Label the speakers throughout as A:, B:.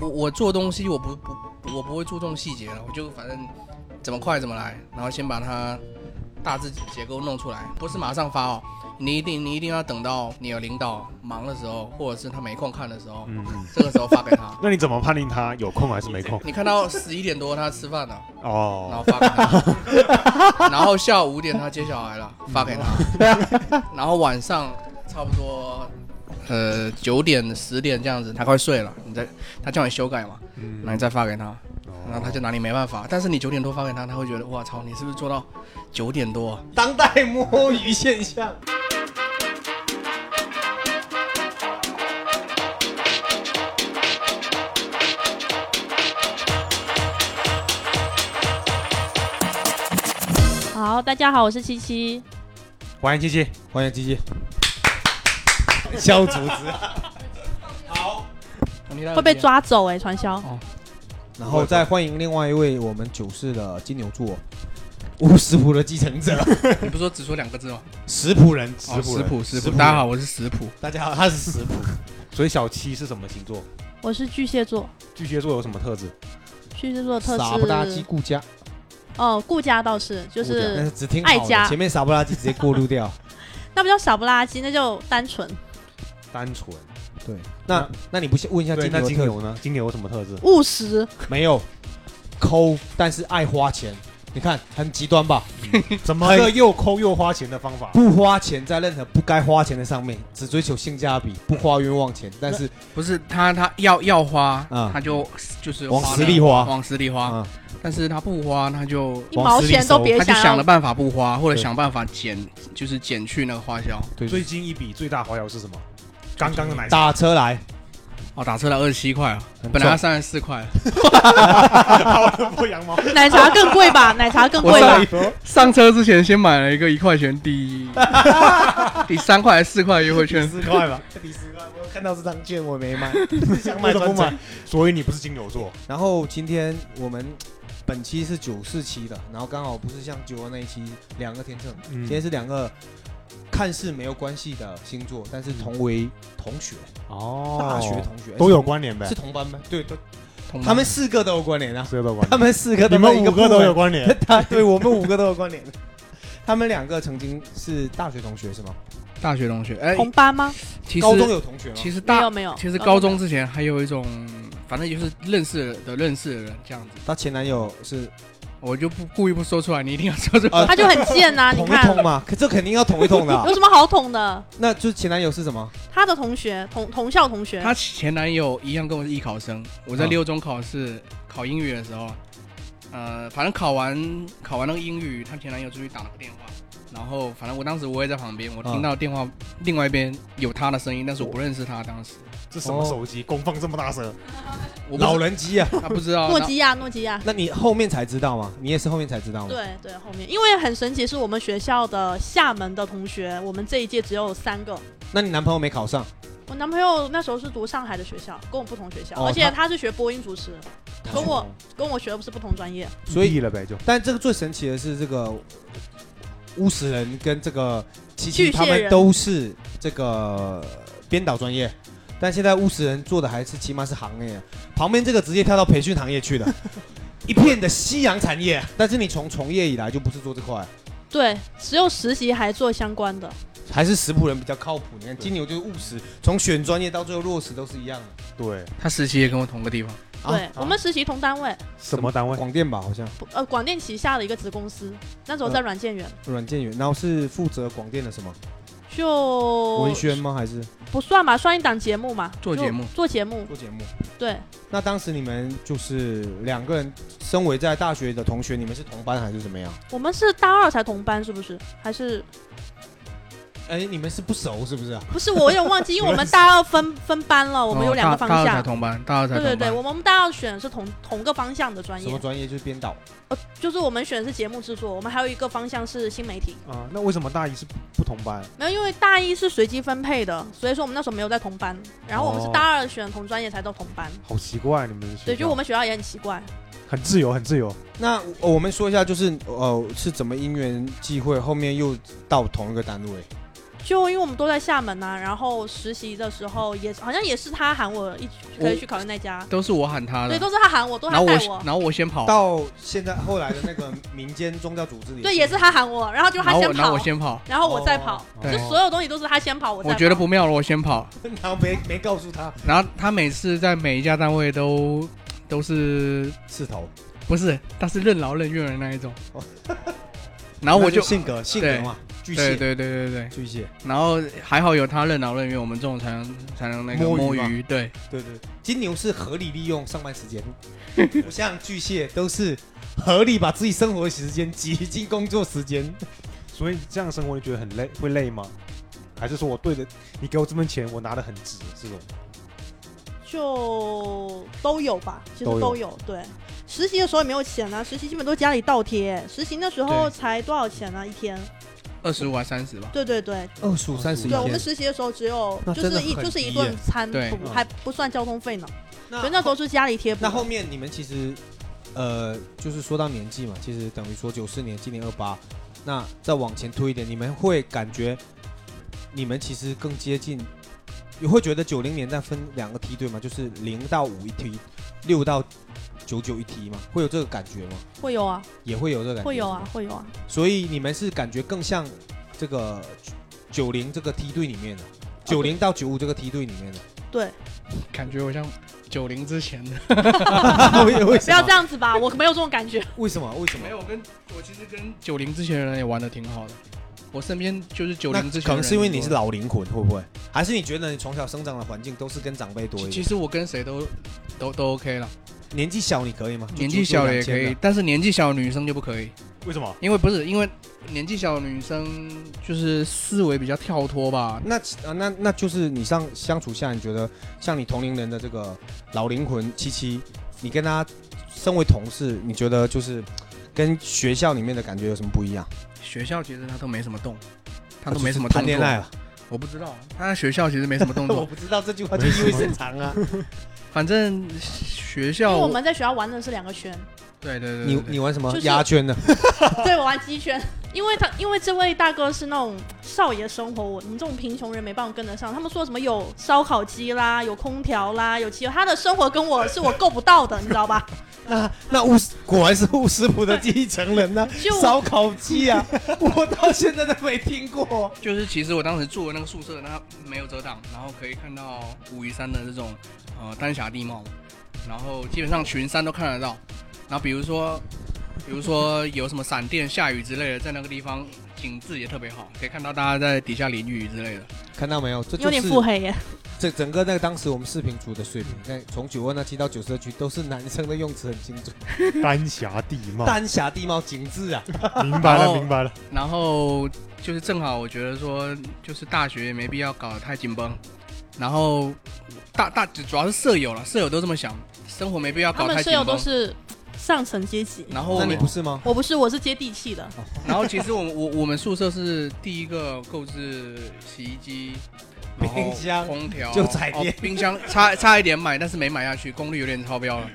A: 我做东西我不不我不会注重细节啊了，我就反正怎么快怎么来，然后先把它大致结构弄出来，不是马上发哦，你一定你一定要等到你有领导忙的时候，或者是他没空看的时候，
B: 嗯嗯，
A: 这个时候发给他。
B: 那你怎么判定他有空还是没空？
A: 你看到十一点多他吃饭了，然后
B: 哦，
A: 发给他，然后下午五点他接小孩了，发给他， 然后晚上差不多呃九点十点这样子，他快睡了，你再他叫你修改嘛，
B: 嗯
A: 然后你再发给他，然后
B: 哦
A: 他就拿你没办法。但是你九点多发给他，他会觉得哇操，你是不是做到九点多啊？
C: 当代摸鱼现象。
D: 好，大家好，我是七七。
B: 欢迎七七，
C: 欢迎鸡鸡，消竹子，
D: 会被抓走哎、传销。
C: 然后再欢迎另外一位我们九四的金牛座，五十谱的继承者，
A: 你不是说只说两个字吗？
C: 食谱人。
A: 哦食谱，食
B: 食
A: 谱。
B: 谱
A: 大家好，我是食谱。
C: 大家好，他是食 谱，
B: 所以小七是什么星座？
D: 我是巨蟹座，
B: 巨蟹座有什么特质？
D: 巨蟹座的特
C: 傻不拉几
D: 质
C: 顾家，
D: 哦，顾家倒是就是
C: 但是只听
D: 爱
C: 好的
D: 家
C: 前面傻不拉几直接过滤掉。
D: 那不叫傻不拉几，那就单纯
B: 单纯。
C: 对，那那你不先问一下
B: 对，
C: 金
B: 那
C: 牛的
B: 金
C: 特
B: 牛呢？金牛有什么特质？
D: 务实。
C: 质没有抠，但是爱花钱，你看很极端吧？
B: 怎么个又抠又花钱的方法？
C: 不花钱在任何不该花钱的上面，只追求性价比，不花冤枉钱，但是
A: 不是他，他要要花
C: 嗯，
A: 他就就是
C: 往
A: 花
C: 死
A: 那
C: 里花
A: 往死里花。
C: 啊，
A: 但是他不花，他就
D: 一毛钱都别
A: 他就
D: 想
A: 想了
D: 要，
A: 办法不花，或者
C: 对
A: 想办法减，就是减去那个花销。
C: 对，
B: 最近一笔最大花销是什么？刚刚的 奶茶，
C: 打车来，
A: 哦，打车了二十七块啊
C: 很，
A: 本来要
C: 重
A: 三十四块。
B: 哦不羊 毛。
D: 奶茶更贵 吧？奶茶更贵吧？
A: 上车之前先买了一个一块钱 第第三块还是四块的优惠券，
B: 四块吧，
C: 第十个，我看到这张券我没买，
B: 想买
C: 买专
B: 不
C: 买
B: 买？所以你不是金牛座，
C: 然后今天我们本期是九四期的，然后刚好不是像九二那一期两个天秤，
B: 嗯
C: 今天是两个看似没有关系的星座，但是同为同学，
B: 哦
C: 大学同学
B: 都有关联呗
C: 是，同班吗？对，都
A: 同
C: 他们
A: 班
C: 四个都有关联啊，
B: 是都有关
C: 他
B: 联。
C: 们四个
B: 你
C: 都
B: 们五个都有
C: 关
B: 关联，
C: 联，他 对我们五个都有关联。 他们两个曾经是大学同学是吗？
A: 大学同学，哎，
D: 红班吗？
A: 其
C: 高中
A: 实
C: 有同学吗？
A: 其实
D: 没有
A: 大
D: 没有。
A: 其实高中之前还有一种，反正就是认识的认识的人这样子，
C: 她前男友是
A: 我就不故意不说出来，你一定要说出来。
C: 呃
D: 他就 很贱 呐、
C: 捅
D: 你
C: 一
D: 看
C: 捅嘛，可这肯定要捅一捅的啊、
D: 有什么好捅的？
C: 那就是前男友是什么？
D: 他的同学同同校同学，
A: 她前男友一样跟我是艺考生，我在
C: 嗯
A: 六中考试考英语的时候，呃，反正考完考完那个英语，她前男友出去打了个电话，然后反正我当时我也在旁
C: 嗯
A: 边，我听到电话、另外一边有她的声音，但是我不认识她，当时
B: 这什么手机功放这么大声？
A: 我不
C: 老
A: 了，
C: 人机啊！
A: 她不知道，
D: 诺
A: 然后
D: 基亚，诺基亚。
C: 那你后面才知道吗？你也是后面才知道吗？，
D: 对对，后面因为很神奇，是我们学校的厦门的同学，我们这一届只有三个。
C: 那你男朋友没考上，
D: 我男朋友那时候是读上海的学校，跟我不同学校，
C: 哦
D: 而且
C: 他
D: 他是学播音主持，跟我跟我学的不是不同专业。
C: 所以
B: 腻了呗就。
C: 但这个最神奇的是，这个乌石人跟这个琪琪
D: 巨蟹
C: 他们
D: 人
C: 都是这个编导专业，但现在乌石人做的还是起码是行业，旁边这个直接跳到培训行业去 的，一片的夕阳产业。但是你从从业以来就不是做这块，
D: 对，只有实习还做相关的。
C: 还是食谱人比较靠谱。你看金牛就是务实，从选专业到最后落实都是一样的。
B: 对，
A: 她实习也跟我同个地方，
D: 对、
C: 啊
D: 我们实习同单位，
B: 什么单位？
C: 广电吧，好像
D: 不呃，广电旗下的一个子公司，那时候在软件园，
C: 软件员，然后是负责广电的什么
D: 就
C: 文宣吗？还是
D: 不算吧，算一档节目嘛，
A: 做
D: 就
A: 节目
D: 做节目，
C: 做节目？
D: 对，
C: 那当时你们就是两个人，身为在大学的同学，你们是同班还是怎么样？
D: 我们是大二才同班，是不是？还是
C: 哎，你们是不熟是不是啊？
D: 不是？我有点忘记，因为我们大二分分班了，我们有
A: 哦
D: 两个
A: 大
D: 方
A: 大二才
D: 向。
A: 同班，大二才
D: 对
A: 同班，
D: 对对，我们大二选是同同个方向的专
C: 什么
D: 业，
C: 专业？就是编导。
D: 呃，就是我们选的是节目制作，我们还有一个方向是新媒体。
B: 啊，那为什么大一是不同班？
D: 没有，因为大一是随机分配的，所以说我们那时候没有在同班，然后我们是
B: 哦
D: 大二选同专业才到同班。
B: 好奇怪，你们的学校
D: 对，就我们学校也很奇怪，
B: 很自由，很自由。
C: 那我我们说一下，就是呃，是怎么因缘际会，后面又到同一个单位？
D: 就因为我们都在厦门呐、啊然后实习的时候也好像也是他喊我一起可以去考虑那家，
A: 都是我喊他
D: 对，
A: 的，
D: 都是他喊我，都
A: 然
D: 他
A: 后
D: 带
A: 我然后我先跑，
C: 到现在后来的那个民间宗教组织里，
D: 对，也是他喊我，然后就
A: 然
D: 他
A: 后
D: 先
A: 我然后
D: 跑
A: 我，先跑，
D: 然后我再跑，
B: 哦
D: 就所有东西都是他先跑，我再
A: 我
D: 跑。
A: 觉得不妙了，我先跑。
C: 然后没没告诉他
A: 然后他每次在每一家单位都都是
C: 刺头，
A: 不是，他是任劳任怨的那一 种
C: 哦。
A: 然啊后我
C: 那
A: 就
C: 性格性格嘛，巨
A: 对
C: 蟹
A: 对对对对，
C: 巨蟹，
A: 然后还好有他任劳任怨，我们这种才能才能那个
C: 摸鱼
A: 摸
C: 嘛
A: 鱼。对，
C: 对对，金牛是合理利用上班时 间，不像巨蟹都是合理把自己生活时间挤进工作时间。
B: 所以这样生活你觉得很累，会累吗？还是说我对的，你给我这份钱，我拿的很值这种？
D: 就都有吧，其实都
B: 都
D: 有。
B: 有
D: 对，实习的时候也没有钱啊，实习基本都是家里倒贴。实习那时
A: 对
D: 候才多少钱啊？一天？
A: 二十五还三十吧。
D: 对对对
C: 二十五、三十一
D: 对，啊我们
C: 天，
D: 实习的时候只有
C: 那
D: 就
C: 真的
D: 是一
C: 很
D: 就是一
C: 低
D: 顿
C: 耶
D: 餐，
A: 对
D: 不
C: 嗯
D: 还不算交通费呢。所以那
C: 那
D: 时候是家里贴补的。
C: 啊那后面你们其实，呃，就是说到年纪嘛，其实等于说九四年，今年二八，那再往前推一点，你们会感觉你们其实更接近，你会觉得九零年代分两个梯队嘛，就是零到五一梯，六到九九一梯嘛，会有这个感觉吗？
D: 会有啊，
C: 也会有这个感觉，
D: 会有啊，。会有啊。
C: 所以你们是感觉更像这个九零这个梯队里面的，九零到九五这个梯队里 面的。
D: 对，
A: 感觉我像九零之前的。
C: 为为
D: 不要这样子吧，我没有这种感觉。
C: 为什么？为什么
A: 没？有，我跟我其实跟九零之前的人也玩的挺好的。我身边就是九
C: 那
A: 零之前的人，
C: 可能是因为你是老灵魂，会不会？还是你觉得你从小生长的环境都是跟长辈多
A: 其。
C: 一
A: 其
C: 点？
A: 实我跟谁都都都 OK 了，
C: 年纪小你可以吗？
A: 年纪小的也可
C: 就
A: 以
C: 就，
A: 但是年纪小的女生就不可以。
B: 为 什么？
A: 因为不是因为年纪小的女生就是思维比较跳脱吧，
C: 那啊，那那就是你上相处下，你觉得像你同龄人的这个老灵魂七七，你跟他身为同事，你觉得就是跟学校里面的感觉有什么不一样？
A: 学校其实她都没什么动，她都没什么
C: 就是
A: 动作
C: 谈
A: 嗯
C: 恋爱， 啊？
A: 我不知道她在学校其实没什么动
C: 我
A: 作，
C: 不知道这句话就意味深 长啊。
A: 嗯反正学
D: 因
A: 校
D: 为我们在学校玩的是两个圈，
A: 对对对
C: 你
A: 对对
C: 你玩什么
D: 就是
C: 鸦圈呢？
D: 对我玩鸡圈。因为他，因为这位大哥是那种少爷生活，我们这种贫穷人没办法跟得上。他们说什么有烧烤机啦，有空调啦，有汽油，他的生活跟我是我够不到的，你知道 吧？
C: 那那巫师果然是巫师傅的继承人呢、
D: 就
C: 烧烤鸡啊， 我到现在都没听过。
A: 就是其实我当时住的那个宿舍，它没有遮挡，然后可以看到武夷山的这种呃丹霞地貌，然后基本上群山都看得到。然后比如说，比如说有什么闪电、下雨之类的，在那个地方景致也特别好，可以看到大家在底下淋雨之类的。
C: 看到没有？这
D: 有
C: 就
D: 点
C: 是
D: 腹黑耶。
C: 这整个那个当时我们视频组的水平，那从九二那期到九十二区都是男生的用词很精准，
B: 丹霞地貌，
C: 丹霞地貌景致啊。
B: 明白
A: 然后
B: 了，明白了。
A: 然后就是正好，我觉得说就是大学也没必要搞得太紧绷，然后大大主要是舍友了，舍友都这么想，生活没必要
D: 他
A: 搞
D: 们
A: 太
D: 舍
A: 紧
D: 友都
A: 绷。
D: 是上层阶级，
A: 然后
C: 那
A: 我
C: 你
A: 们
C: 不是吗？
D: 我不是，我是接地气的。
A: 然后其实我们我我们宿舍是第一个购置洗衣机、然后
C: 冰箱
A: 空调、
C: 就彩电
A: 哦冰箱 差差一点买，但是没买下去，功率有点超标了。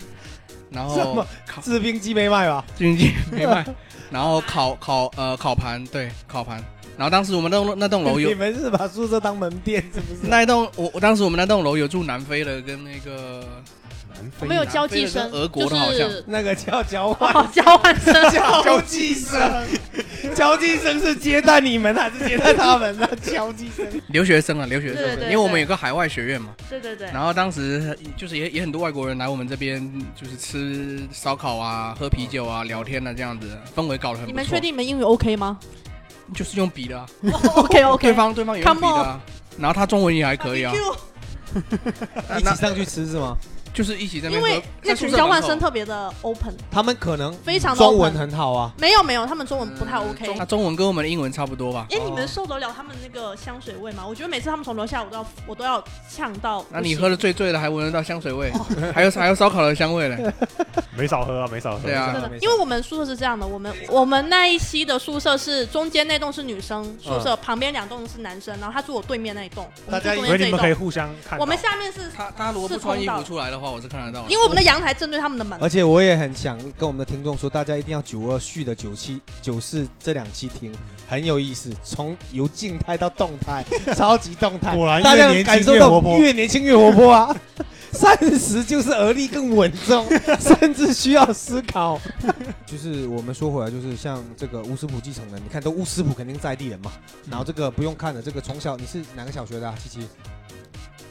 A: 然
C: 什么
A: 后烤
C: 制冰机没卖吧？
A: 军机没买，然后烤烤呃烤盘对烤盘，然后当时我们那栋那栋楼
C: 你
A: 有
C: 们是把宿舍当门店是不是？
A: 那一栋我我当时我们那栋楼有住南非的跟那个
B: 南
D: 我
B: 非
D: 们有交际生，
A: 俄国
D: 就
A: 的好像
D: 是
C: 那个叫交 换。
D: 哦，交换 生。
C: 交际生，交际生是接待你们还是接待他们呢？ 交际生，
A: 留学生啊留学生，
D: 对对对
A: 因为我们有个海外学院嘛。
D: 对对对，
A: 然后当时就是也也很多外国人来我们这边，就是吃烧烤啊、喝啤酒啊、聊天啊这样子，氛围搞得很不错。
D: 你们确定你们英语 OK 吗
A: 就是用笔的、啊，
D: ？OK
A: 对
D: OK 。
A: 方对方也用笔的、
D: Come
A: 啊，然后他中文也还可以啊，那
C: 一起
A: 那
C: 上去吃是吗？
A: 就是一起在那
D: 因
A: 边
D: 为
A: 喝
D: 那
A: 在宿
D: 群
A: 舍
D: 交
A: 门
D: 换
A: 口
D: 生特别的 open，
C: 他们可能
D: 非常的
C: 中文
D: open。
C: 很好啊，
D: 没有没有，他们中文不太
A: 嗯
D: OK
A: 中。他中文跟我们的英文差不多吧？
D: 哎，你们受得了他们那个香水味吗？我觉得每次他们从楼下，我都要我都要呛到。
A: 那你喝的？醉醉的，还闻得到香水味，
D: 哦
A: 还有还有烧烤的香 味嘞。
B: 没少喝啊，没少喝。
A: 对啊
D: 真的
C: 没，事
D: 因为我们宿舍是这样的，我们我们那一期的宿舍是中间那栋是女生宿舍，旁边两栋是男生，然后他住我对面那一栋，我们住中
B: 所
D: 间
B: 以
D: 这
B: 你
D: 一
B: 们可以
D: 栋。
B: 互相看
A: 嗯
B: 到。
D: 我们下面是
A: 他他如果不穿衣服出来的话，我是看得到的。
D: 因为我们的阳台正对他们的门。
C: 而且我也很想跟我们的听众说，大家一定要九二续的九七、九四这两期听，很有意思，从由静态到动 态，超级动态，
B: 果然
C: 大家
B: 越年
C: 感
B: 轻
C: 受
B: 越活
C: 到
B: 泼。
C: 越年轻越活泼啊！ 三十就是而立更稳 重，甚至需要思考。 就是我们说回来，就是像这个乌斯普继承人，你看都乌斯普肯定在地人嘛，然后这个不用看了，这个从小你是哪个小学的、啊？七七，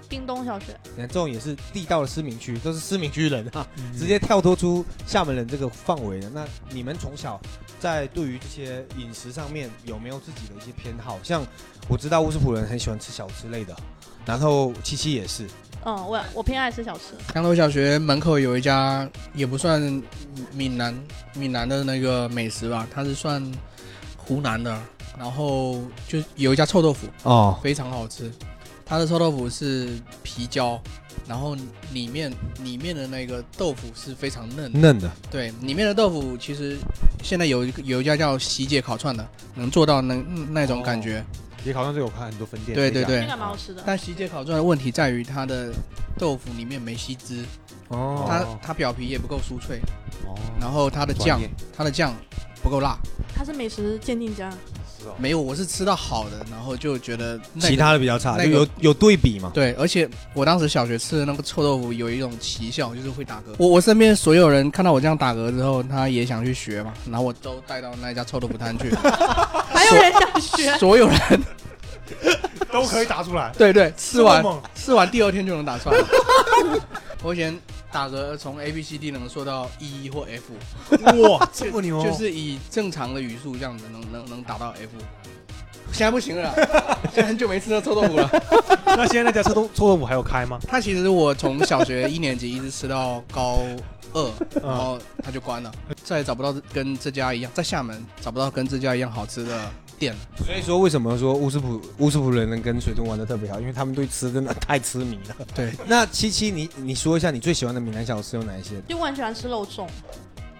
D: 冰东小学，
C: 你看这种也是地道的市民区，都是市民区人啊。
B: 嗯
C: 直接跳脱出厦门人这个范围了。那你们从小在对于这些饮食上面有没有自己的一些偏好？像我知道乌斯普人很喜欢吃小吃类的，然后七七也是，
D: 嗯，我我偏爱吃小吃，
A: 羊头小学门口有一家也不算闽南闽南的那个美食吧，它是算湖南的。然后就有一家臭豆腐
C: 哦，
A: 非常好吃，它的臭豆腐是皮焦，然后里面里面的那个豆腐是非常嫩的。
C: 嫩的，
A: 对，里面的豆腐其实现在有一个有一家叫喜姐烤串的，能做到那那种感觉。
B: 哦也好像就有看很多分店。
A: 对对嗯
B: 这样
D: 那个蛮好吃的。
A: 但喜姐烤串的问题在于它的豆腐里面没吸汁，
C: 哦
A: 它它表皮也不够酥脆，
B: 哦，
A: 然后它的
B: 专
A: 酱
B: 业
A: 它的酱不够辣。
D: 他是美食鉴定家，
B: 是哦
A: 没有，我是吃到好的，然后就觉得那个
C: 其他的比较差，
A: 那
C: 就
A: 个
C: 有有对比嘛。
A: 对，而且我当时小学吃的那个臭豆腐有一种奇效，就是会打嗝。我我身边所有人看到我这样打嗝之后，他也想去学嘛，然后我都带到那家臭豆腐摊去，，
D: 还有人想学
A: 所有人
B: 都可以打出来。
A: 对对，吃完
B: 这么猛
A: 吃完第二天就能打出来了。我以前打嗝从 A B C D 能说到 E 或 F，
B: 哇， 这么牛！
A: 就是以正常的语速这样子能能能打到 F。现在不行了啦，现在很久没吃到臭豆腐了。
B: 那现在那家臭豆臭豆腐还有开吗？
A: 它其实我从小学一年级一直吃到高二，然后它就关了，再也找不到跟这家一样，在厦门找不到跟这家一样好吃的店了。
C: 所以说为什么说乌斯普乌斯普人能跟水东玩的特别好，因为他们对吃真的太痴迷了。
A: 对，
C: 那七七你你说一下你最喜欢的闽南小吃有哪一些？
D: 就我很喜欢吃肉粽，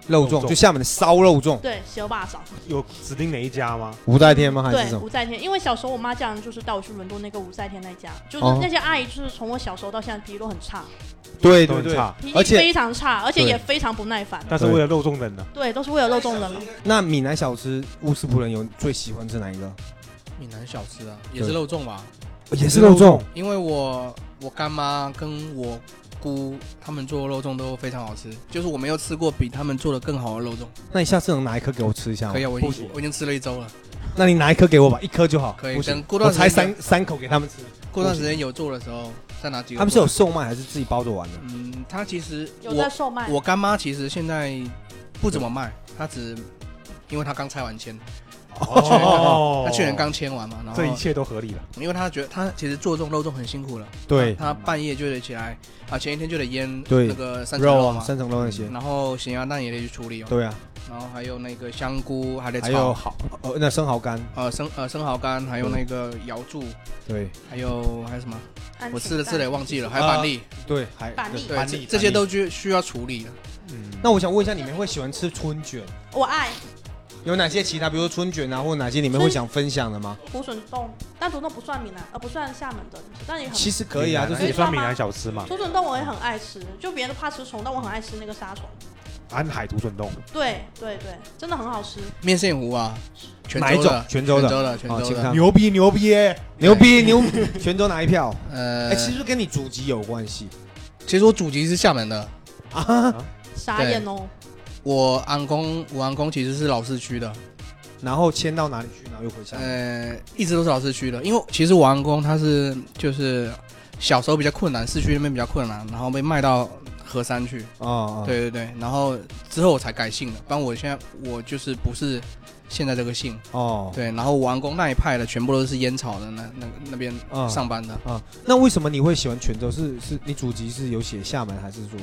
C: 肉
B: 肉
C: 粽，
B: 粽
C: 就厦门的烧肉粽，
D: 对，小霸掌，
B: 有指定哪一家吗？
C: 五代天吗？还是
D: 对
C: 什，么？
D: 五在天。因为小时候我妈这样就是带我去伦敦那个五在天那家，就是
C: 哦
D: 那些阿姨就是从我小时候到现在脾气都很差，
C: 对
B: 都
C: 对
B: 很
C: 对，
B: 差。
D: 脾
C: 而
D: 气
C: 且
D: 非常差，而且
C: 对
D: 也非常不耐烦。
B: 但是为了肉粽人呢，
D: 对，都是为了肉粽的。
C: 那闽南小吃，乌斯普人有最喜欢吃哪一个？
A: 闽南小吃啊，也是
C: 对
A: 肉粽吧，
C: 也
B: 是肉粽，
A: 因为我我干妈跟我姑他们做肉粽都非常好吃，就是我没有吃过比他们做的更好的肉粽。
C: 那你下次能拿一颗给我吃一下吗？
A: 可以啊，我已
B: 不
A: 经
B: 行
A: 我已经吃了一周了。
C: 那你拿一颗给我吧，一颗就好。
A: 可以
C: 不行
A: 等过
C: 我
A: 段时
C: 才
A: 间
C: 三三口给他们吃。
A: 过段时间有做的时候再拿几个。
C: 他们是有，售卖还是自己包着玩的？
A: 嗯，他其实
D: 有在
A: 我
D: 售卖，
A: 我干妈其实现在不怎么卖，她只因为她刚拆完签，
C: 哦
B: 哦
A: 她去年刚签完嘛，然后
B: 这一切都合理了。
A: 因为她觉得她其实做这种肉粽很辛苦了，
C: 对，
A: 她半夜就得起来啊，前一天就得腌
C: 对
A: 那个三层
C: 肉啊，
A: 嘛，嗯
C: 三层肉那些。
A: 然后咸鸭蛋也得去处理哦，
C: 对啊，
A: 然后还有那个香菇还得
C: 还有
A: 炒，
C: 好呃那生蚝干，
A: 呃生呃生蚝干，还有那个瑶柱，
C: 对
A: 还有还有什么？
D: 安
A: 我
D: 全
A: 吃的吃
D: 蛋
A: 的也忘记了，还有板栗，
C: 对，还
D: 板栗
A: 对，
C: 啊板
A: 这
C: 栗
A: 这些都需需要处理的。
B: 嗯，
C: 那我想问一下，你们会喜欢吃春卷？
D: 我爱
C: 有哪些其他，比如说春卷啊，或者哪些你们会想分享的吗？
D: 土笋冻，但土笋冻不算闽南，呃，不算厦门的，但也很。
C: 其实可以啊，就
B: 闽南
C: 是
B: 也算闽南小吃嘛，
D: 土笋冻我也很爱吃，就别人都怕吃虫，但我很爱吃那个沙虫。
B: 安海土笋冻。
D: 对对对，真的很好吃。
A: 面线糊啊，泉
C: 哪一
A: 州
C: 种
A: 的，？
C: 泉
A: 泉
C: 州的，
A: 州的，泉
C: 哦
A: 州
C: 清
A: 的，
C: 汤
B: 牛逼牛逼耶！
C: 牛逼牛， 泉州拿一票。
A: 呃
C: 哎，，其实跟你祖籍有关系
A: 其实我祖籍是厦门的，
C: 啊。
D: 傻眼哦！
A: 我安公我安公其实是老市区
C: 啊
A: 的，
C: 然后迁到哪里去，然后又回家。
A: 呃，一直都是老市区的，因为其实我安公他是就是小时候比较困难，市区那边比较困难，然后被卖到河山去，
C: 哦，哦，
A: 对对对，然后之后我才改姓的，不然我现在我就是不是现在这个姓，
C: 哦，
A: 对，然后我安公那一派的全部都是烟草的那那那边
C: 啊
A: 上班的，
C: 啊，那为什么你会喜欢泉州？是是你祖籍是有写厦门，还是说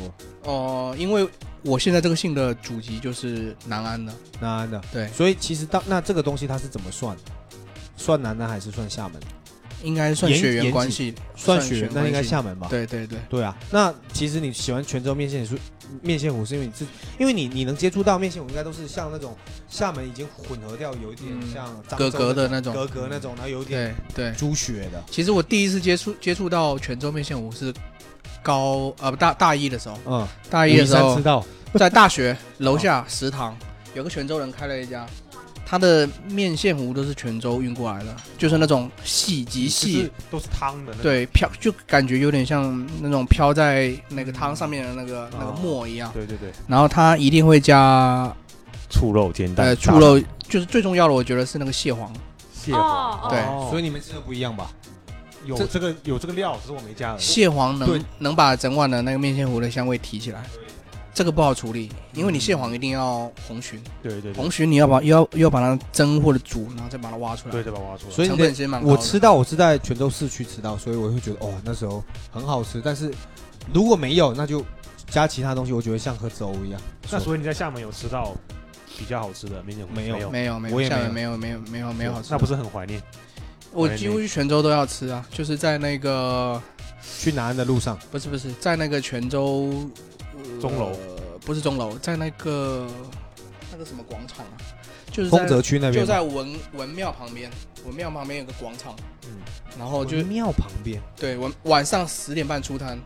A: 哦、因为我现在这个姓的祖籍就是南安的，
C: 南安的？
A: 对，
C: 所以其实到那这个东西它是怎么算？算南安还是算厦门？
A: 应该算
C: 严
A: 血
C: 严
A: 缘
C: 谨
A: 关系，
C: 算
A: 血
C: 血
A: 缘，
C: 那应该
A: 关系
C: 厦门吧？
A: 对对对，
C: 对啊，那其实你喜欢泉州面线糊，面线糊是因为你自，因为你你能接触到面线糊，应该都是像那种厦门已经混合掉，有一点
A: 嗯
C: 像漳
A: 格
C: 州
A: 格的那种
C: 格格那种，然后有一点
A: 对对。
C: 猪血的。
A: 其实我第一次接触接触到泉州面线糊是高呃不大大一的时候，
C: 嗯，
A: 大一
C: 一
A: 的时
C: 三
A: 候
C: 吃到，
A: 在大学楼下食堂有个泉州人开了一家，他的面线糊都是泉州运过来的，就是那种细极
B: 就
A: 细
B: 是，都是汤的那种。
A: 对飘就感觉有点像那种飘在那个汤上面的那个那个沫一样。
B: 对对对，
A: 然后他一定会加
E: 醋肉煎蛋，
A: 呃
E: 大
A: 猪肉，就是最重要的，我觉得是那个蟹黄。
B: 蟹
D: 哦
E: 啊
B: 黄。
D: 哦
A: 对
B: 哦
C: 所以你们吃的不一样吧？
B: 有
A: 这
B: 这个有这个料，只是我没加而已。
A: 蟹黄
C: 对
A: 能能把整碗的那个面线糊的香味提起来，这个不好处理，因为你蟹黄一定要红鲟，
B: 对对对，
A: 红鲟你要把要要把它蒸或者煮，然后再把它挖出来
B: 对，对把它挖出来。
C: 所以你
A: 成
C: 的
A: 本其实蛮高
C: 我
A: 的。
C: 吃到，我是在泉州市区吃到，所以我会觉得哦，那时候很好吃。但是如果没有，那就加其他东西，我觉得像喝粥一样。
B: 那所以你在厦门有吃到比较好吃的面线糊
C: 没有
B: 有？
A: 没有没有，
C: 我也
A: 厦门没
C: 没
A: 有没有没有没有好吃的，
B: 那不是很怀念？
A: 我几乎去泉州都要吃啊，就是在那个
C: 去南安的路上，
A: 不是不是在那个泉州呃
B: 钟楼
A: 不是钟楼，在那个那个什么广场啊，就是在
C: 丰泽区那边
A: 就
C: 吗，
A: 在文文庙旁边，文庙旁边有个广场，
B: 嗯
A: 然后就
C: 文庙旁边。
A: 对晚晚上十点半出摊，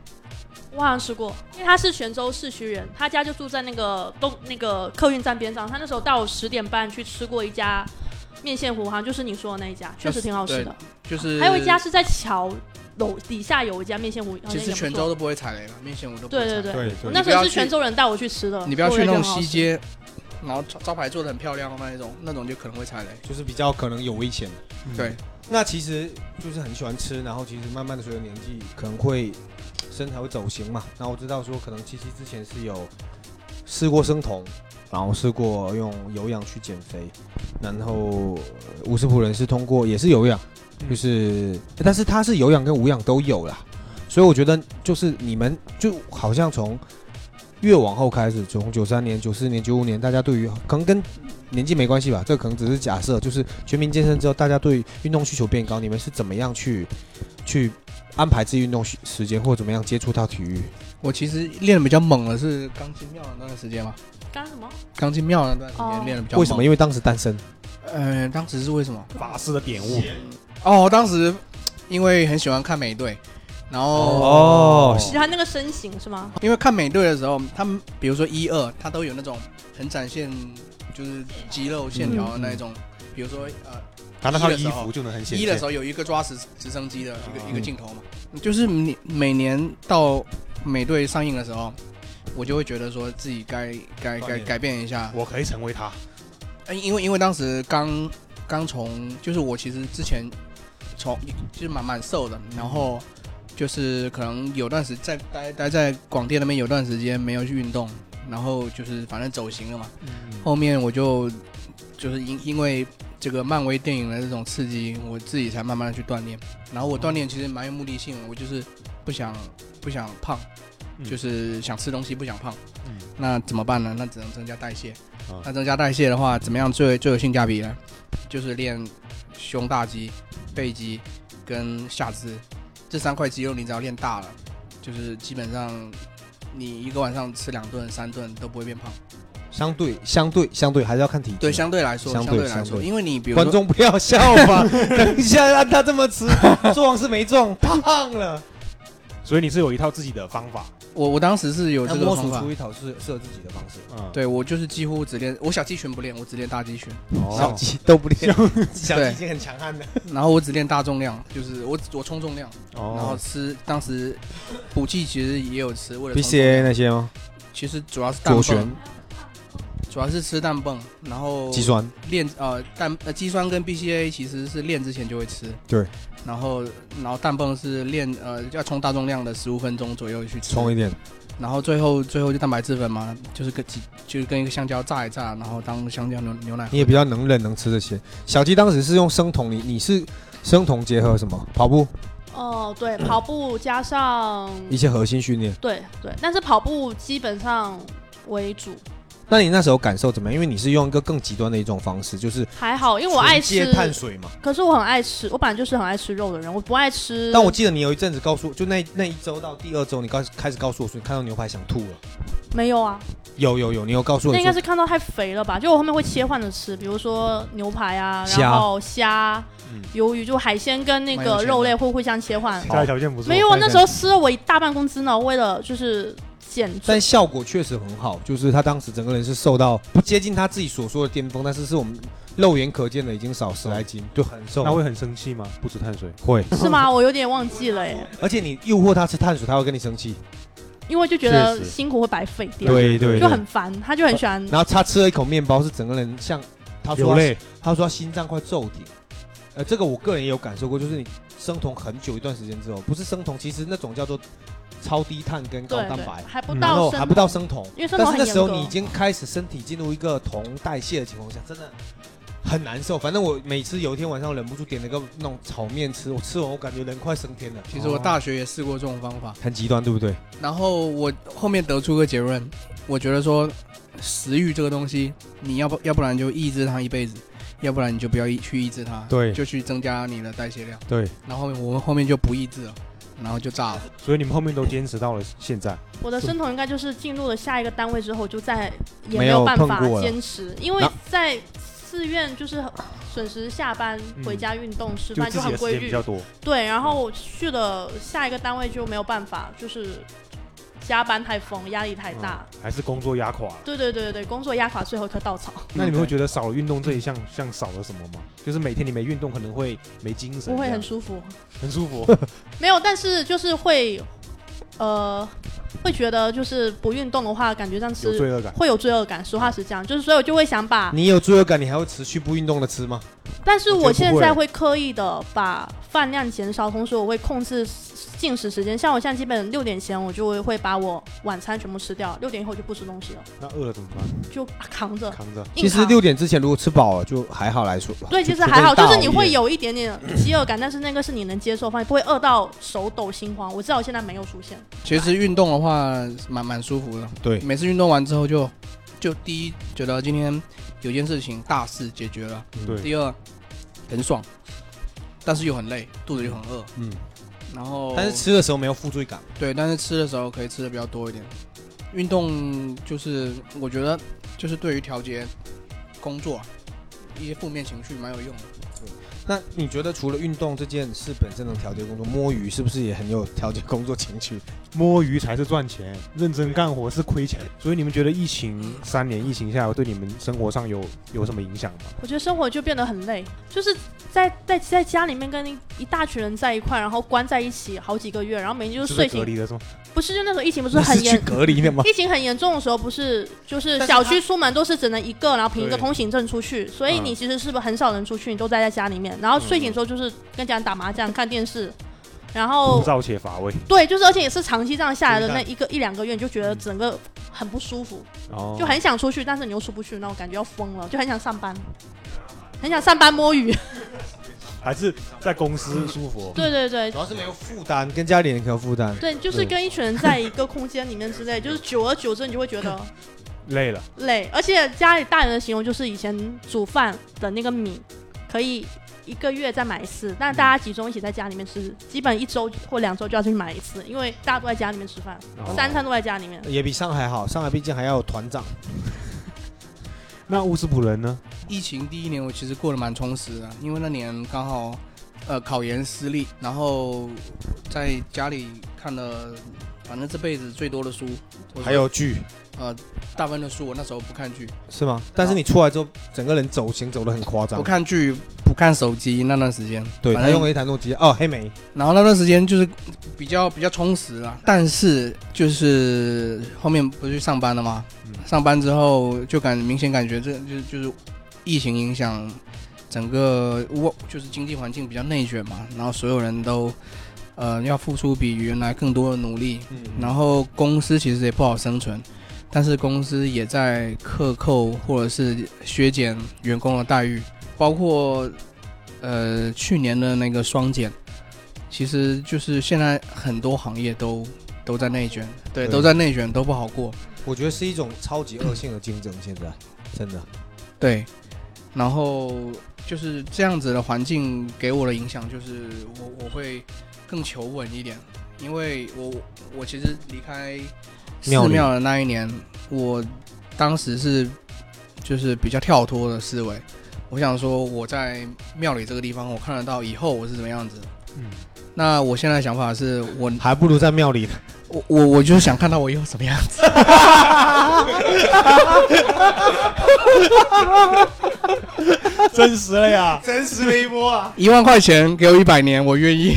D: 我好像吃过，因为他是泉州市区人，他家就住在那个东那个客运站边上。他那时候到十点半去吃过一家面线糊，好像就是你说的那一家，确实挺好吃的。
A: 就是
D: 还有一家是在桥楼底下有一家面线糊，好像
A: 其实
D: 也不
A: 泉
D: 错
A: 州都不会踩雷了，面线我都不会
D: 对
A: 踩
D: 对
A: 雷
D: 对，
C: 对
D: 我那
A: 你
D: 时候
A: 不要去
D: 是泉州人带我去吃的。
A: 你不要去那种西
D: 我也觉得很好吃，
A: 街，然后招招牌做的很漂亮的啊那一种，那种就可能会踩雷。
C: 就是比较可能有危险。
D: 嗯
B: 嗯
A: 对，
C: 那其实就是很喜欢吃，然后其实慢慢的随着年纪可能会身材会走形嘛。那我知道说可能七七之前是有试过生酮，然后试过用有氧去减肥，然后呃五十普人是通过也是有氧，就是但是他是有氧跟无氧都有啦，所以我觉得就是你们就好像从。越往后开始，从九三年、九四年、九五年，大家对于可能跟年纪没关系吧，这可能只是假设，就是全民健身之后，大家对运动需求变高，你们是怎么样去去安排自己运动时时间，或怎么样接触到体育？
A: 我其实练的比较猛的是钢筋庙的那段时间嘛，
D: 干什么？
A: 钢筋庙那段时
D: 哦
A: 间练的比较猛。
C: 为什么？因为当时单身，
A: 呃，当时是为什么？
B: 法式的点悟，
A: 哦，当时因为很喜欢看美队，然后
C: 哦
D: 其他那个身形是吗？
A: 因为看美队的时候，他们比如说一二，他都有那种很展现就是肌肉线条的那一种，
C: 嗯
A: 比如说呃
B: 他那套
A: 一的时
B: 衣
A: 候
B: 服就能很显
A: 一的时
B: 现。
A: 候有一个抓直直升机的
C: 啊
A: 一个、一个镜头嘛，就是你每年到美队上映的时候，我就会觉得说自己该该
C: 锻
A: 该
C: 炼
A: 改变一下，
B: 我可以成为他，
A: 呃因为因为当时刚刚从就是我其实之前从就是蛮蛮瘦的，然
C: 嗯
A: 后就是可能有段时在待待在广电那边有段时间没有去运动，然后就是反正走形了嘛，
B: 嗯
A: 后面我就就是因因为这个漫威电影的这种刺激，我自己才慢慢的去锻炼。然后我锻炼其实蛮有目的性的，我就是不想不想胖，
B: 嗯
A: 就是想吃东西不想胖。
B: 嗯
A: 那怎么办呢？那只能增加代谢。
B: 啊
A: 那增加代谢的话，怎么样最最有性价比呢？就是练胸大肌、背肌跟下肢这三块肌肉，你只要练大了，就是基本上你一个晚上吃两顿、三顿都不会变胖。
C: 相对相对相对还是要看体质。
A: 对，相对来说，
C: 嗯相
A: 相
C: 对
A: 对来
C: 相
A: 说，
C: 对
A: 因为你比如
C: 观
A: 说，
C: 众不要笑吧，等一下让他这么吃，壮是没壮，胖了。
B: 所以你是有一套自己的方法。
A: 我我当时是有
C: 要
A: 这个
C: 摸
A: 方
C: 索
A: 法
C: 出，一套适适合自己的方式，
B: 嗯，
A: 对我就是几乎只练，我小肌群不练，我只练大肌群，
C: 小
B: 哦，
C: 鸡都不练，小
A: 对
C: 鸡已经很强悍的。
A: 然后我只练大重量，就是我我冲重量，然后
B: 哦，
A: 吃当时补剂其实也有吃，为了
C: B
A: 冲
C: C
A: 重
C: A
A: 量
C: 那些吗？
A: 其实主要是蛋
C: 左旋
A: 泵，主要是吃蛋泵，然后
C: 肌酸，
A: 练呃蛋呃肌酸跟 BCA 其实是练之前就会吃，
C: 对，
A: 然后然后蛋泵是练呃要冲大重量的十五分钟左右去吃，
C: 冲一点。
A: 然后最后最后就蛋白质粉嘛，就是跟几就是跟一个香蕉炸一炸，然后当香蕉牛牛奶喝。
C: 你也比较能忍能吃这些。小鸡当时是用生酮，你你是生酮结合什么跑步
D: 哦，对，跑步加上
C: 一些核心训练，
D: 对对，但是跑步基本上为主，
C: 那你那时候感受怎么样？因为你是用一个更极端的一种方式，就是
D: 还好，因为我爱
C: 纯
D: 吃
C: 戒，碳水嘛。
D: 可是我很爱吃，我本来就是很爱吃肉的人，我不爱吃。
C: 但我记得你有一阵子告诉，就那那一周到第二周，你刚开始告诉我说你看到牛排想吐了。
D: 没有啊，
C: 有有有，你有告诉我
D: 那
C: 你
D: 应该
C: 说
D: 是看到太肥了吧？就我后面会切换着吃，比如说牛排啊，
C: 虾
D: 然后虾
B: 嗯、
D: 鱿鱼，就海鲜跟那
A: 蛮有
D: 个
A: 钱的
D: 肉类会互相切换。
C: 哦
B: 家里条件不错。
D: 没有，
B: 家
D: 啊，
B: 里
D: 那
B: 条
D: 时候吃了我一大半工资呢，为了就是减重
C: 但。效果确实很好，就是他当时整个人是瘦到不接近他自己所说的巅峰，但是是我们肉眼可见的已经少十来斤，就很瘦。
B: 那会很生气吗？不吃碳水，
C: 会，
D: 是吗？我有点忘记了耶，
C: 而且你诱惑他吃碳水，他会跟你生气。
D: 因为就觉得
B: 确实
D: 辛苦会白费掉，
C: 对对
D: 就很烦。他就很喜欢
C: 然后他吃了一口面包，是整个人像他
B: 流
C: 说他
B: 泪，
C: 他说他心脏快骤停。呃，这个我个人也有感受过，就是你生酮很久一段时间之后，不是生酮，其实那种叫做超低碳跟高
D: 对
C: 蛋
D: 对
C: 白，，
D: 还不
B: 嗯
C: 然
D: 到
C: 后
D: 生
C: 还不到生酮，
D: 因为生
C: 但是
D: 酮很
C: 那
D: 严
C: 时候
D: 格
C: 你已经开始身体进入一个酮代谢的情况下，真的很难受。反正我每次有一天晚上忍不住点了个那种炒面吃，我吃完我感觉人快升天了。
A: 其实我
B: 哦
A: 大学也试过这种方法，
C: 很极端，对不对？
A: 然后我后面得出个结论，我觉得说食欲这个东西，你要不要不然就抑制它一辈子，要不然你就不要抑去抑制它，
B: 对
A: 就去增加你的代谢量。
B: 对，
A: 然后后面我们后面就不抑制了，然后就炸了。
B: 所以你们后面都坚持到了现在。
D: 我的生酮应该就是进入了下一个单位之后，就再也
C: 没
D: 没
C: 有
D: 有办法
C: 碰过了
D: 坚持，因为
C: 那
D: 在寺院就是准时下班
B: 嗯
D: 回家运动吃
B: 就
D: 饭
B: 自
D: 就
B: 己
D: 很
B: 的时
D: 规
B: 间比
D: 律
B: 较，多，
D: 对，然后去了下一个单位就没有办法，就是加班太疯，压力太大，
B: 还是工作压垮 了。
D: 对对对对对，工作压垮最后一棵稻草。
B: 那你们会
A: 得
B: 觉得少了运动这一项像少了什么吗？就是每天你没运动可能会没精神这
D: 不
B: 样，
D: 会很舒服，
B: 很舒 服。
D: 没有，但是就是会，呃，会觉得就是不运动的话，感觉像
B: 有
D: 是
B: 罪恶感。
D: 会有罪恶感。实话实讲，就是所以我就会想把
C: 你有罪恶感，你还会持续不运动的吃吗？
D: 但是
B: 我
D: 我
B: 觉得
D: 现
B: 不会
D: 在会刻意的把饭量减少，同时我会控制进食时间。像我现在基本六点前，我就会会把我晚餐全部吃掉，六点以后就不吃东西了，
B: 那饿了怎么办？
D: 就扛着。
B: 扛着。
D: 硬
C: 其实
D: 扛
C: 六点之前如果吃饱了，就还好来说。
D: 对，
C: 就
D: 其实还好，
C: 不
D: 就是
C: 大
D: 你
C: 熬
D: 会
C: 夜
D: 有一点点饥饿感，但是那个是你能接受的，你不会饿到手抖心慌。我知道我现在没有出现，
A: 其实运动的话蛮蛮舒服的，
C: 对
A: 每次运动完之后就就第一觉得今天有件事情大事解决了，
B: 对，
A: 第二很爽，但是又很累，肚子又很饿，
C: 嗯，
A: 然后
C: 但是吃的时候没有负罪感。
A: 对，但是吃的时候可以吃的比较多一点。运动就是我觉得就是对于调节工作一些负面情绪蛮有用的。
C: 那你觉得除了运动这件事本身能调节工作，摸鱼是不是也很有调节工作情绪？
B: 摸鱼才是赚钱，认真干活是亏钱。所以你们觉得疫情三年，疫情下来对你们生活上有有什么影响吗？
D: 我觉得生活就变得很累，就是在在在家里面跟一一大群人在一块，然后关在一起好几个月，然后每天就是是
B: 被
D: 睡
B: 隔
D: 醒，
B: 离的是吗？
D: 不是就那时候疫情 不是
C: 你
D: 很
C: 去
D: 严
C: 隔离的 吗？
D: 疫情很严重的时候，不是就是
A: 但是
D: 小
A: 他
D: 区出门都是只能一个，然后凭一个
B: 对
D: 通行证出去，所以
B: 嗯
D: 你其实是不是很少人出去，你都待在家里面，然后睡醒之后就是跟家人打麻将、看电视，然
B: 枯
D: 后
B: 燥且乏味。
D: 对，就是而且也是长期这样下来的
C: 明
D: 那
C: 白
D: 一个一两个月，你就觉得整个很不舒服，
B: 哦，
D: 就很想出去，但是你又出不去，那种感觉要疯了，就很想上班，很想上班摸鱼。
B: 还是在公司舒服。
D: 对对对
C: 主要是没有负担，跟家里人没有负担。
D: 对，就
C: 对
D: 是跟一群人在一个空间里面之类，就是久而久之你就会觉得。
B: 累了，
D: 累，而且家里大人的形容就是以前煮饭的那个米，可以一个月再买一次，但大家集中一起在家里面吃，基本一周或两周就要去买一次，因为大家都在家里面吃饭，
B: 哦
D: 三餐都在家里面。
C: 也比上海好，上海毕竟还要有团长。
B: 那乌斯普人呢？
A: 疫情第一年我其实过得蛮充实的，因为那年刚好呃考研失利，然后在家里看了反正这辈子最多的书，我
C: 还有剧
A: 呃大部分的书我那时候不看剧，
C: 是吗？但是你出来之后，整个人走形走的很夸张
A: 不。看剧不看手机那段时间，
C: 对，
A: 反
C: 他
A: 正
C: 用了一台诺基亚哦，黑莓，
A: 然后那段时间就是比较比较充实啦，但是就是后面不是去上班了吗？
B: 嗯
A: 上班之后就感明显感觉这就就是疫情影响整个我就是经济环境比较内卷嘛，然后所有人都呃要付出比原来更多的努力，
C: 嗯，
A: 然后公司其实也不好生存，但是公司也在克扣或者是削减员工的待遇，包括呃去年的那个双减，其实就是现在很多行业都都在内卷，对，
C: 对
A: 都在内卷，都不好过。
C: 我觉得是一种超级恶性的竞争，现在真的。
A: 对，然后就是这样子的环境给我的影响，就是我我会更求稳一点，因为我我其实离开
B: 庙
A: 寺
B: 里
A: 庙的那一年，我当时是就是比较跳脱的思维，我想说我在庙里这个地方，我看得到以后我是怎么样子。
B: 嗯，
A: 那我现在的想法是我
C: 还不如在庙里呢。
A: 我我我就是想看到我以后什么样子。
C: 真实了呀， 真实了一波啊！
A: 一万块钱给我一百年，我愿意。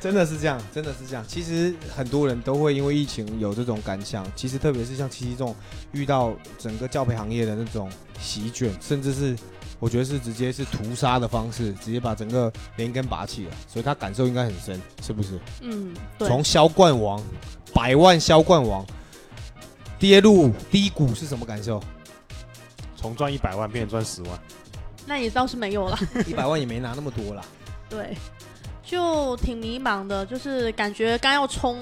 C: 真的是这样，真的是这样。其实很多人都会因为疫情有这种感想，其实特别是像七七这种遇到整个教培行业的那种席卷，甚至是我觉得是直接是屠杀的方式，直接把整个连根拔起了，所以他感受应该很深，是不是？
D: 嗯，对，
C: 从销冠王，百万销冠王跌入低谷是什么感受？
B: 从赚一百万变成赚十万，
D: 那也倒是没有了。
C: 一百万也没拿那么多啦。
D: 对，就挺迷茫的，就是感觉刚要冲，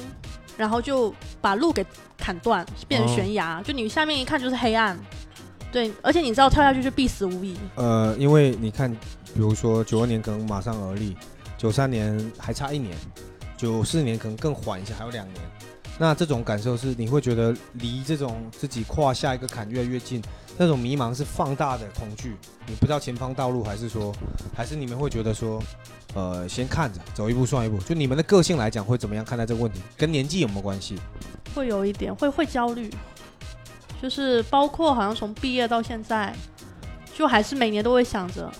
D: 然后就把路给砍断，变成悬崖，就你下面一看就是黑暗。对，而且你知道跳下去就必死无疑。
C: 呃，因为你看，比如说九二年可能马上而立，九三年还差一年，九四年可能更缓一下，还有两年。那这种感受是，你会觉得离这种自己跨下一个坎越来越近，那种迷茫是放大的恐惧，你不知道前方道路，还是说，还是你们会觉得说，呃，先看着，走一步算一步。就你们的个性来讲，会怎么样看待这个问题？跟年纪有没有关系？
D: 会有一点会会焦虑，就是包括好像从毕业到现在，就还是每年都会想着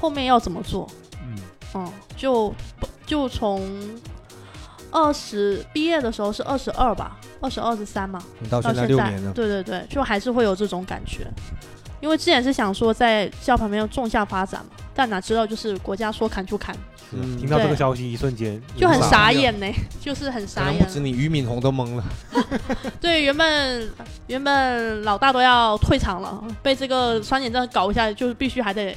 D: 后面要怎么做。
B: 嗯，
D: 嗯，就就从二十毕业的时候是二十二吧，二十二十三嘛，
C: 你到
D: 到
C: 哦现在六年了，
D: 对对对，就还是会有这种感觉。因为之前是想说在教旁边种下发展嘛，但哪知道就是国家说砍就砍，
C: 是啊
B: 听到这个
D: 对
B: 消息一瞬间
C: 嗯
D: 就很
B: 傻。
D: 傻眼呢、 就是很
C: 可
D: 傻
C: 能不
D: 眼。
C: 止你，俞敏洪都懵了。
D: 对，原本原本老大都要退场了，被这个酸碱症搞一下，就是必须还得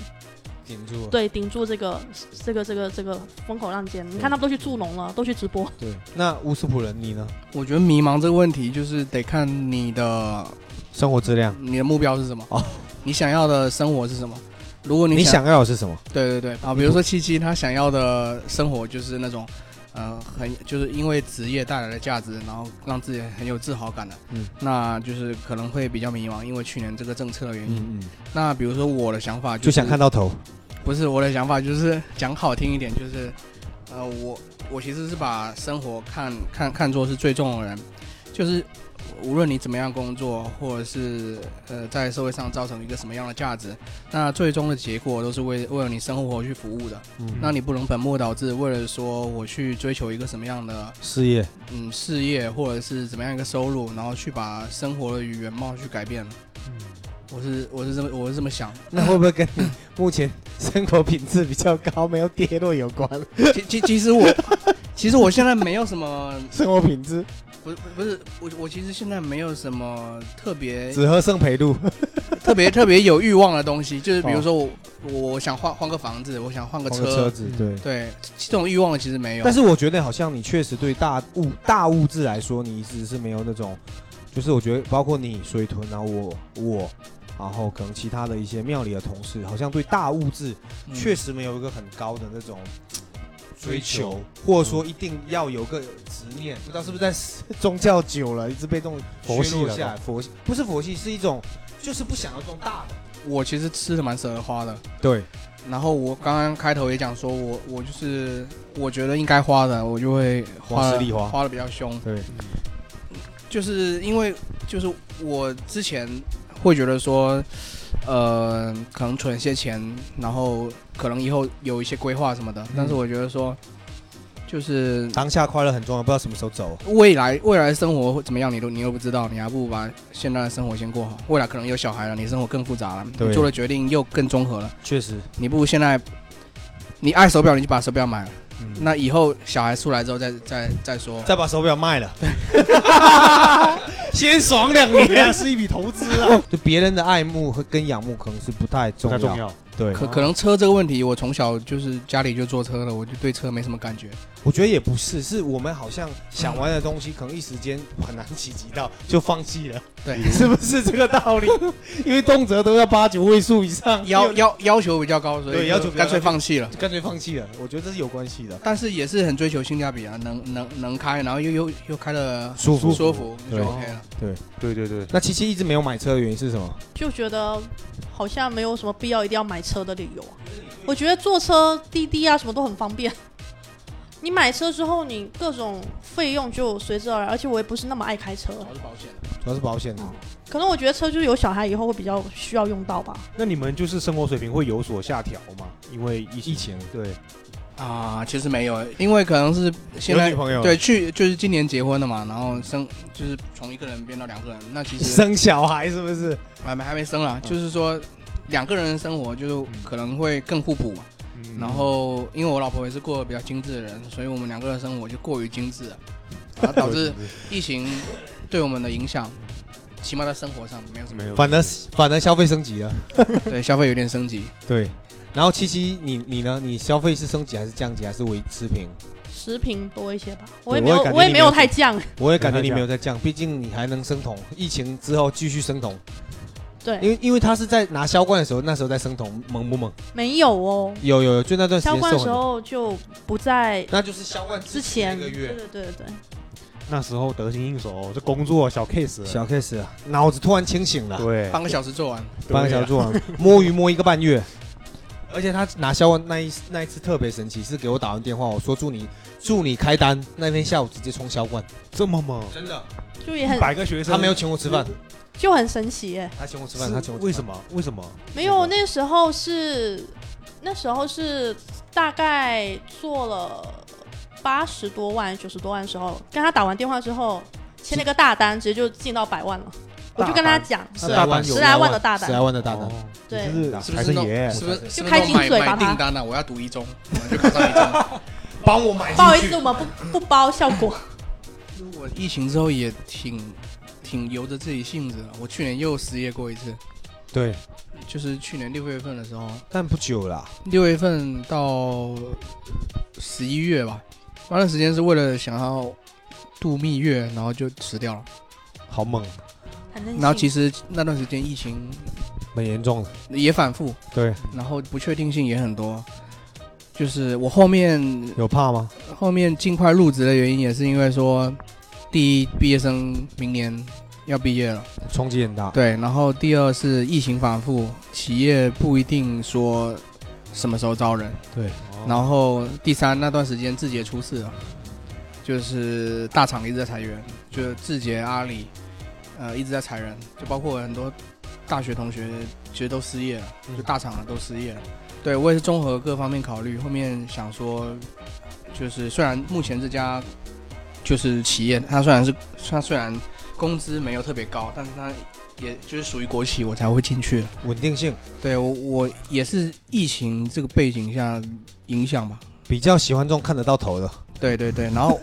C: 顶住了。
D: 对顶住这个这个这个这个风口浪尖。你看他们都去助农了，都去直播，
C: 对，那乌斯普人你呢？
A: 我觉得迷茫这个问题就是得看你的
C: 生活质量。
A: 你的目标是什么？
C: 哦
A: 你想要的生活是什么？如果你
C: 你
A: 想
C: 想要的是什么？
A: 对对对啊，比如说七七，他想要的生活就是那种，呃，很就是因为职业带来的价值，然后让自己很有自豪感的，
C: 嗯，
A: 那就是可能会比较迷茫，因为去年这个政策的原因。
C: 嗯嗯，
A: 那比如说我的想法就是、
C: 就想看到头。
A: 不是我的想法，就是讲好听一点，就是，呃，我我其实是把生活看看看作是最重要的人，就是无论你怎么样工作，或者是呃在社会上造成一个什么样的价值，那最终的结果都是为为了你生活去服务的。
C: 嗯
A: 那你不能本末倒置，为了说我去追求一个什么样的
C: 事业，
A: 嗯事业，或者是怎么样一个收入，然后去把生活的原貌去改变了。
B: 嗯
A: 我是我是这么我是这么想的。
C: 那会不会跟你目前生活品质比较高、没有跌落有关？
A: 其其其实我，其实我现在没有什么，
C: 生活品质
A: 不是不是我我其实现在没有什么特别
C: 只喝圣培露，
A: 特别特别有欲望的东西，就是比
C: 哦
A: 如说我我想换换个房子，我想换个
C: 换
A: 车，
C: 个车子
B: 嗯
C: 对。
A: 对这种欲望其实没有
C: 但。是我觉得好像你确实对大物大物质来说，你一直是没有那种，就是我觉得包括你水豚，然后我我，然后可能其他的一些庙里的同事，好像对大物质
A: 嗯
C: 确实没有一个很高的那种追
B: 追
C: 求
B: 求，
C: 或者说一定要有个执念，不知道是不是在 宗教久了，一直被这种
B: 佛系
C: 削弱
B: 了
C: 下来，佛系不是佛系，是一种就是不想要这种大的。
A: 我其实吃的蛮舍得花的。
C: 对，
A: 然后我刚刚开头也讲说我，我就是我觉得应该花的，我就会花
C: 往
A: 的
C: 死里花
A: 花的比较凶。
C: 对，
A: 就是因为就是我之前会觉得说，呃，可能存一些钱，然后可能以后有一些规划什么的。但是我觉得说，就是呃
C: 当下快乐很重要，不知道什么时候走。
A: 未来未来生活会怎么样，你都你又不知道，你还不如把现在的生活先过好。未来可能有小孩了，你生活更复杂了，
C: 对
A: 你做的决定又更综合了。
C: 确实，
A: 你不如现在，你爱手表你就把手表买了，
C: 嗯
A: 那以后小孩出来之后再再再说。
C: 再把手表卖了， 先爽两
E: 对啊，
C: 年。
E: 是一笔投资 啊。
C: 就别人的爱慕和跟仰慕可能是不太
B: 不
C: 重
B: 太
C: 要，
B: 重要。
C: 对，
A: 可可能车这个问题，我从小就是家里就坐车了，我就对车没什么感觉。
C: 我觉得也不是，是我们好像想玩的东西，可能一时间很难企及到，就放弃了，
A: 对，
C: 是不是这个道 理？因为动辄都要八九位数以上，
A: 要
C: 就
A: 要要求比较高，所以
C: 对
A: 就
C: 要求比较
A: 干脆
C: 高
A: 放弃了。
C: 干脆放弃了。我觉得这是有关系的，
A: 但是也是很追求性价比啊，能能能开，然后又又又开的
C: 舒服
A: 舒服就
C: 对
A: OK 了。
B: 对对对，
C: 那七七一直没有买车的原因是什么？
D: 就觉得好像没有什么必要一定要买车的理由啊。我觉得坐车、滴滴啊什么都很方便。 你买车之后，你各种费用就随之而来，而且我也不是那么爱开车，
C: 哦
A: 主要是保险。
C: 主要是保险。
D: 可能我觉得车就是有小孩以后会比较需要用到吧。
B: 那你们就是生活水平会有所下调嘛？因为疫
C: 疫情
B: 对，
A: 啊，其实没有，因为可能是现在
C: 有女朋友
A: 对去就是今年结婚了嘛，然后生就是从一个人变到两个人，那其实
C: 生嗯小孩是不是？
A: 还没还没生啊，就是说两个人的生活
C: 嗯
A: 就是可能会更互补嘛。
B: 嗯
A: 然后因为我老婆也是过得比较精致的人，所以我们两个人的生活就过于精致了，然后导 致疫情对我们的影响，起码在生活上没有什么
B: 没有
C: 反而反而消费升级了。
A: 对消费有点升级。
C: 对。然后七七，你你呢？你消费是升级还是降级还是维持平？
D: 十瓶多一些吧，我也
C: 我
D: 没有，
C: 也感觉
D: 我也
C: 你没
D: 没
C: 有
D: 有太犟。
C: 我也感觉你没有在降，毕竟你还能升桶，疫情之后继续升桶，因
D: 对，
C: 为因为他是在拿销冠的时候，那时候在升桶，猛不猛？
D: 没有哦。
C: 有有有，就那段时
D: 销
C: 间
D: 冠
C: 瘦
D: 的时
C: 很多，
D: 候就不在
C: 那就是销冠
D: 之前，
C: 一个
D: 对对
C: 月
D: 对对对，
B: 那时候得心应手，这工作小 case，
C: 小 case 啊，脑子突然清醒了，
B: 对，
A: 半个小时做完，
B: 对
C: 半个小时做完， 摸鱼摸一个半月。而且他拿销冠那一那一次特别神奇，是给我打完电话，我说祝你祝你开单，那天下午直接冲销冠，
B: 这么猛，
C: 真的，
D: 就也很
B: 百个学生
C: 他没有请我吃饭，
D: 就很神奇耶、
C: 他请我吃
B: 是
C: 饭，他请我吃饭
B: 为什？么？为什么？
D: 没有，那时候是那时候是大概做了八十多万、九十多万的时候，跟他打完电话之后，签了个大单，直接就进到百万了。我就跟他讲，
C: 他
D: 是
C: 大单有
D: 十来万的大
C: 十
D: 单
C: 来，万的大单，
B: 哦
D: 对
B: 你是
C: 是
A: 是不是
B: 财神
A: 弄
B: 爷
A: 是不是？是不是
D: 开
A: 弄
D: 金
A: 买
D: 嘴
A: 买
D: 吧
A: 订
D: 他
A: 单呢？啊我要读一中，我就考上一中。
C: 帮我买进去
D: 不好意思，我们不不包效果。
A: 我疫情之后也挺挺由着自己性子的。我去年又失业过一次，
C: 对，
A: 就是去年六月份的时候，
C: 但不久啦，
A: 六月份到十一月吧，那段时间是为了想要度蜜月，然后就辞掉了。
C: 好猛，
D: 很任性
A: 然后其 实那段时间疫情
C: 蛮严重的。
A: 也反复，
C: 对，
A: 然后不确定性也很多。就是我后面
B: 嗯
C: 有怕吗？
A: 后面尽快入职的原因，也是因为说，第一毕业生明年要毕业了，
C: 冲击很大。
B: 啊
A: 对，然后第二是疫情反复，企业不一定说什么时候招人，
C: 对，
B: 哦
A: 然后第三那段时间字节出事了，就是大厂一直在裁员，就是字节、阿里，呃一直在裁人，就包括我很多大学同学其实都失业了，就大厂的都失业了。对我也是综合各方面考虑，后面想说，就是虽然目前这家就是企业，它虽然是它虽然工资没有特别高，但是它也就是属于国企，我才会进去的。
C: 稳定性
A: 对我我也是疫情这个背景下影响吧。
C: 比较喜欢这种看得到头的。
A: 对对对，然后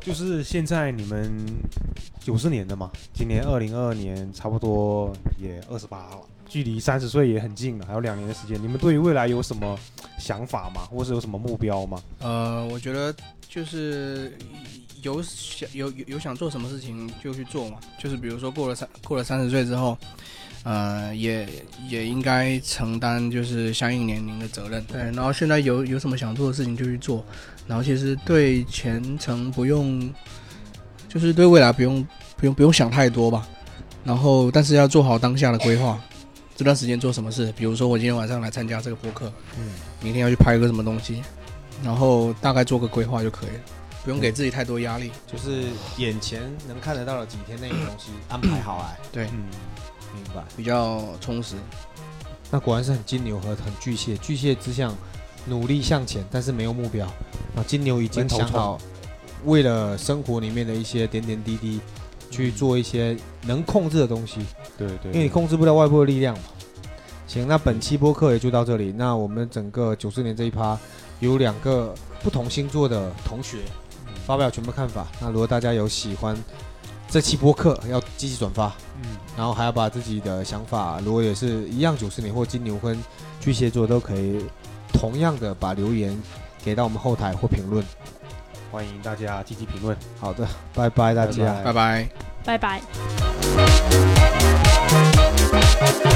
B: 就是现在你们九四年的嘛，今年二零二二年差不多也二十八了，距离三十岁也很近了，还有两年的时间。你们对于未来有什么想法吗？或是有什么目标吗？
A: 呃，我觉得就是有想有有有想做什么事情就去做嘛，就是比如说过了三过了三十岁之后，呃，也也应该承担就是相应年龄的责任。对，然后现在有有什么想做的事情就去做，然后其实对前程不用，就是对未来不用不用不用想太多吧，然后但是要做好当下的规划。这段时间做什么事？比如说我今天晚上来参加这个播客，
C: 嗯，
A: 明天要去拍个什么东西，然后大概做个规划就可以了，不用给自己太多压力。
C: 就是眼前能看得到的几天内的东 西安排好来，
B: 嗯，
C: 明白？
A: 比较充实。
C: 那果然是很金牛和很巨蟹，巨蟹只想努力向前，但是没有目标。啊，金牛已经
B: 闷头
C: 想
B: 冲
C: 好，为了生活里面的一些点点滴滴，去做一些能控制的东西。
B: 对对
C: 因为你控制不了外部的力量嘛。行，那本期播客也就到这里。那我们整个九四年这一趴有两个
B: 嗯
C: 不同星座的同学发表全部看法。那如果大家有喜欢这期播客要积极转发，
B: 嗯，
C: 然后还要把自己的想法，如果也是一样九四年或金牛跟巨蟹座都可以，同样的把留言给到我们后台或评论。
B: 欢迎大家积极评论。
C: 好的，拜哎拜大家。
B: 拜拜
A: 拜拜。
D: 拜拜。
B: 拜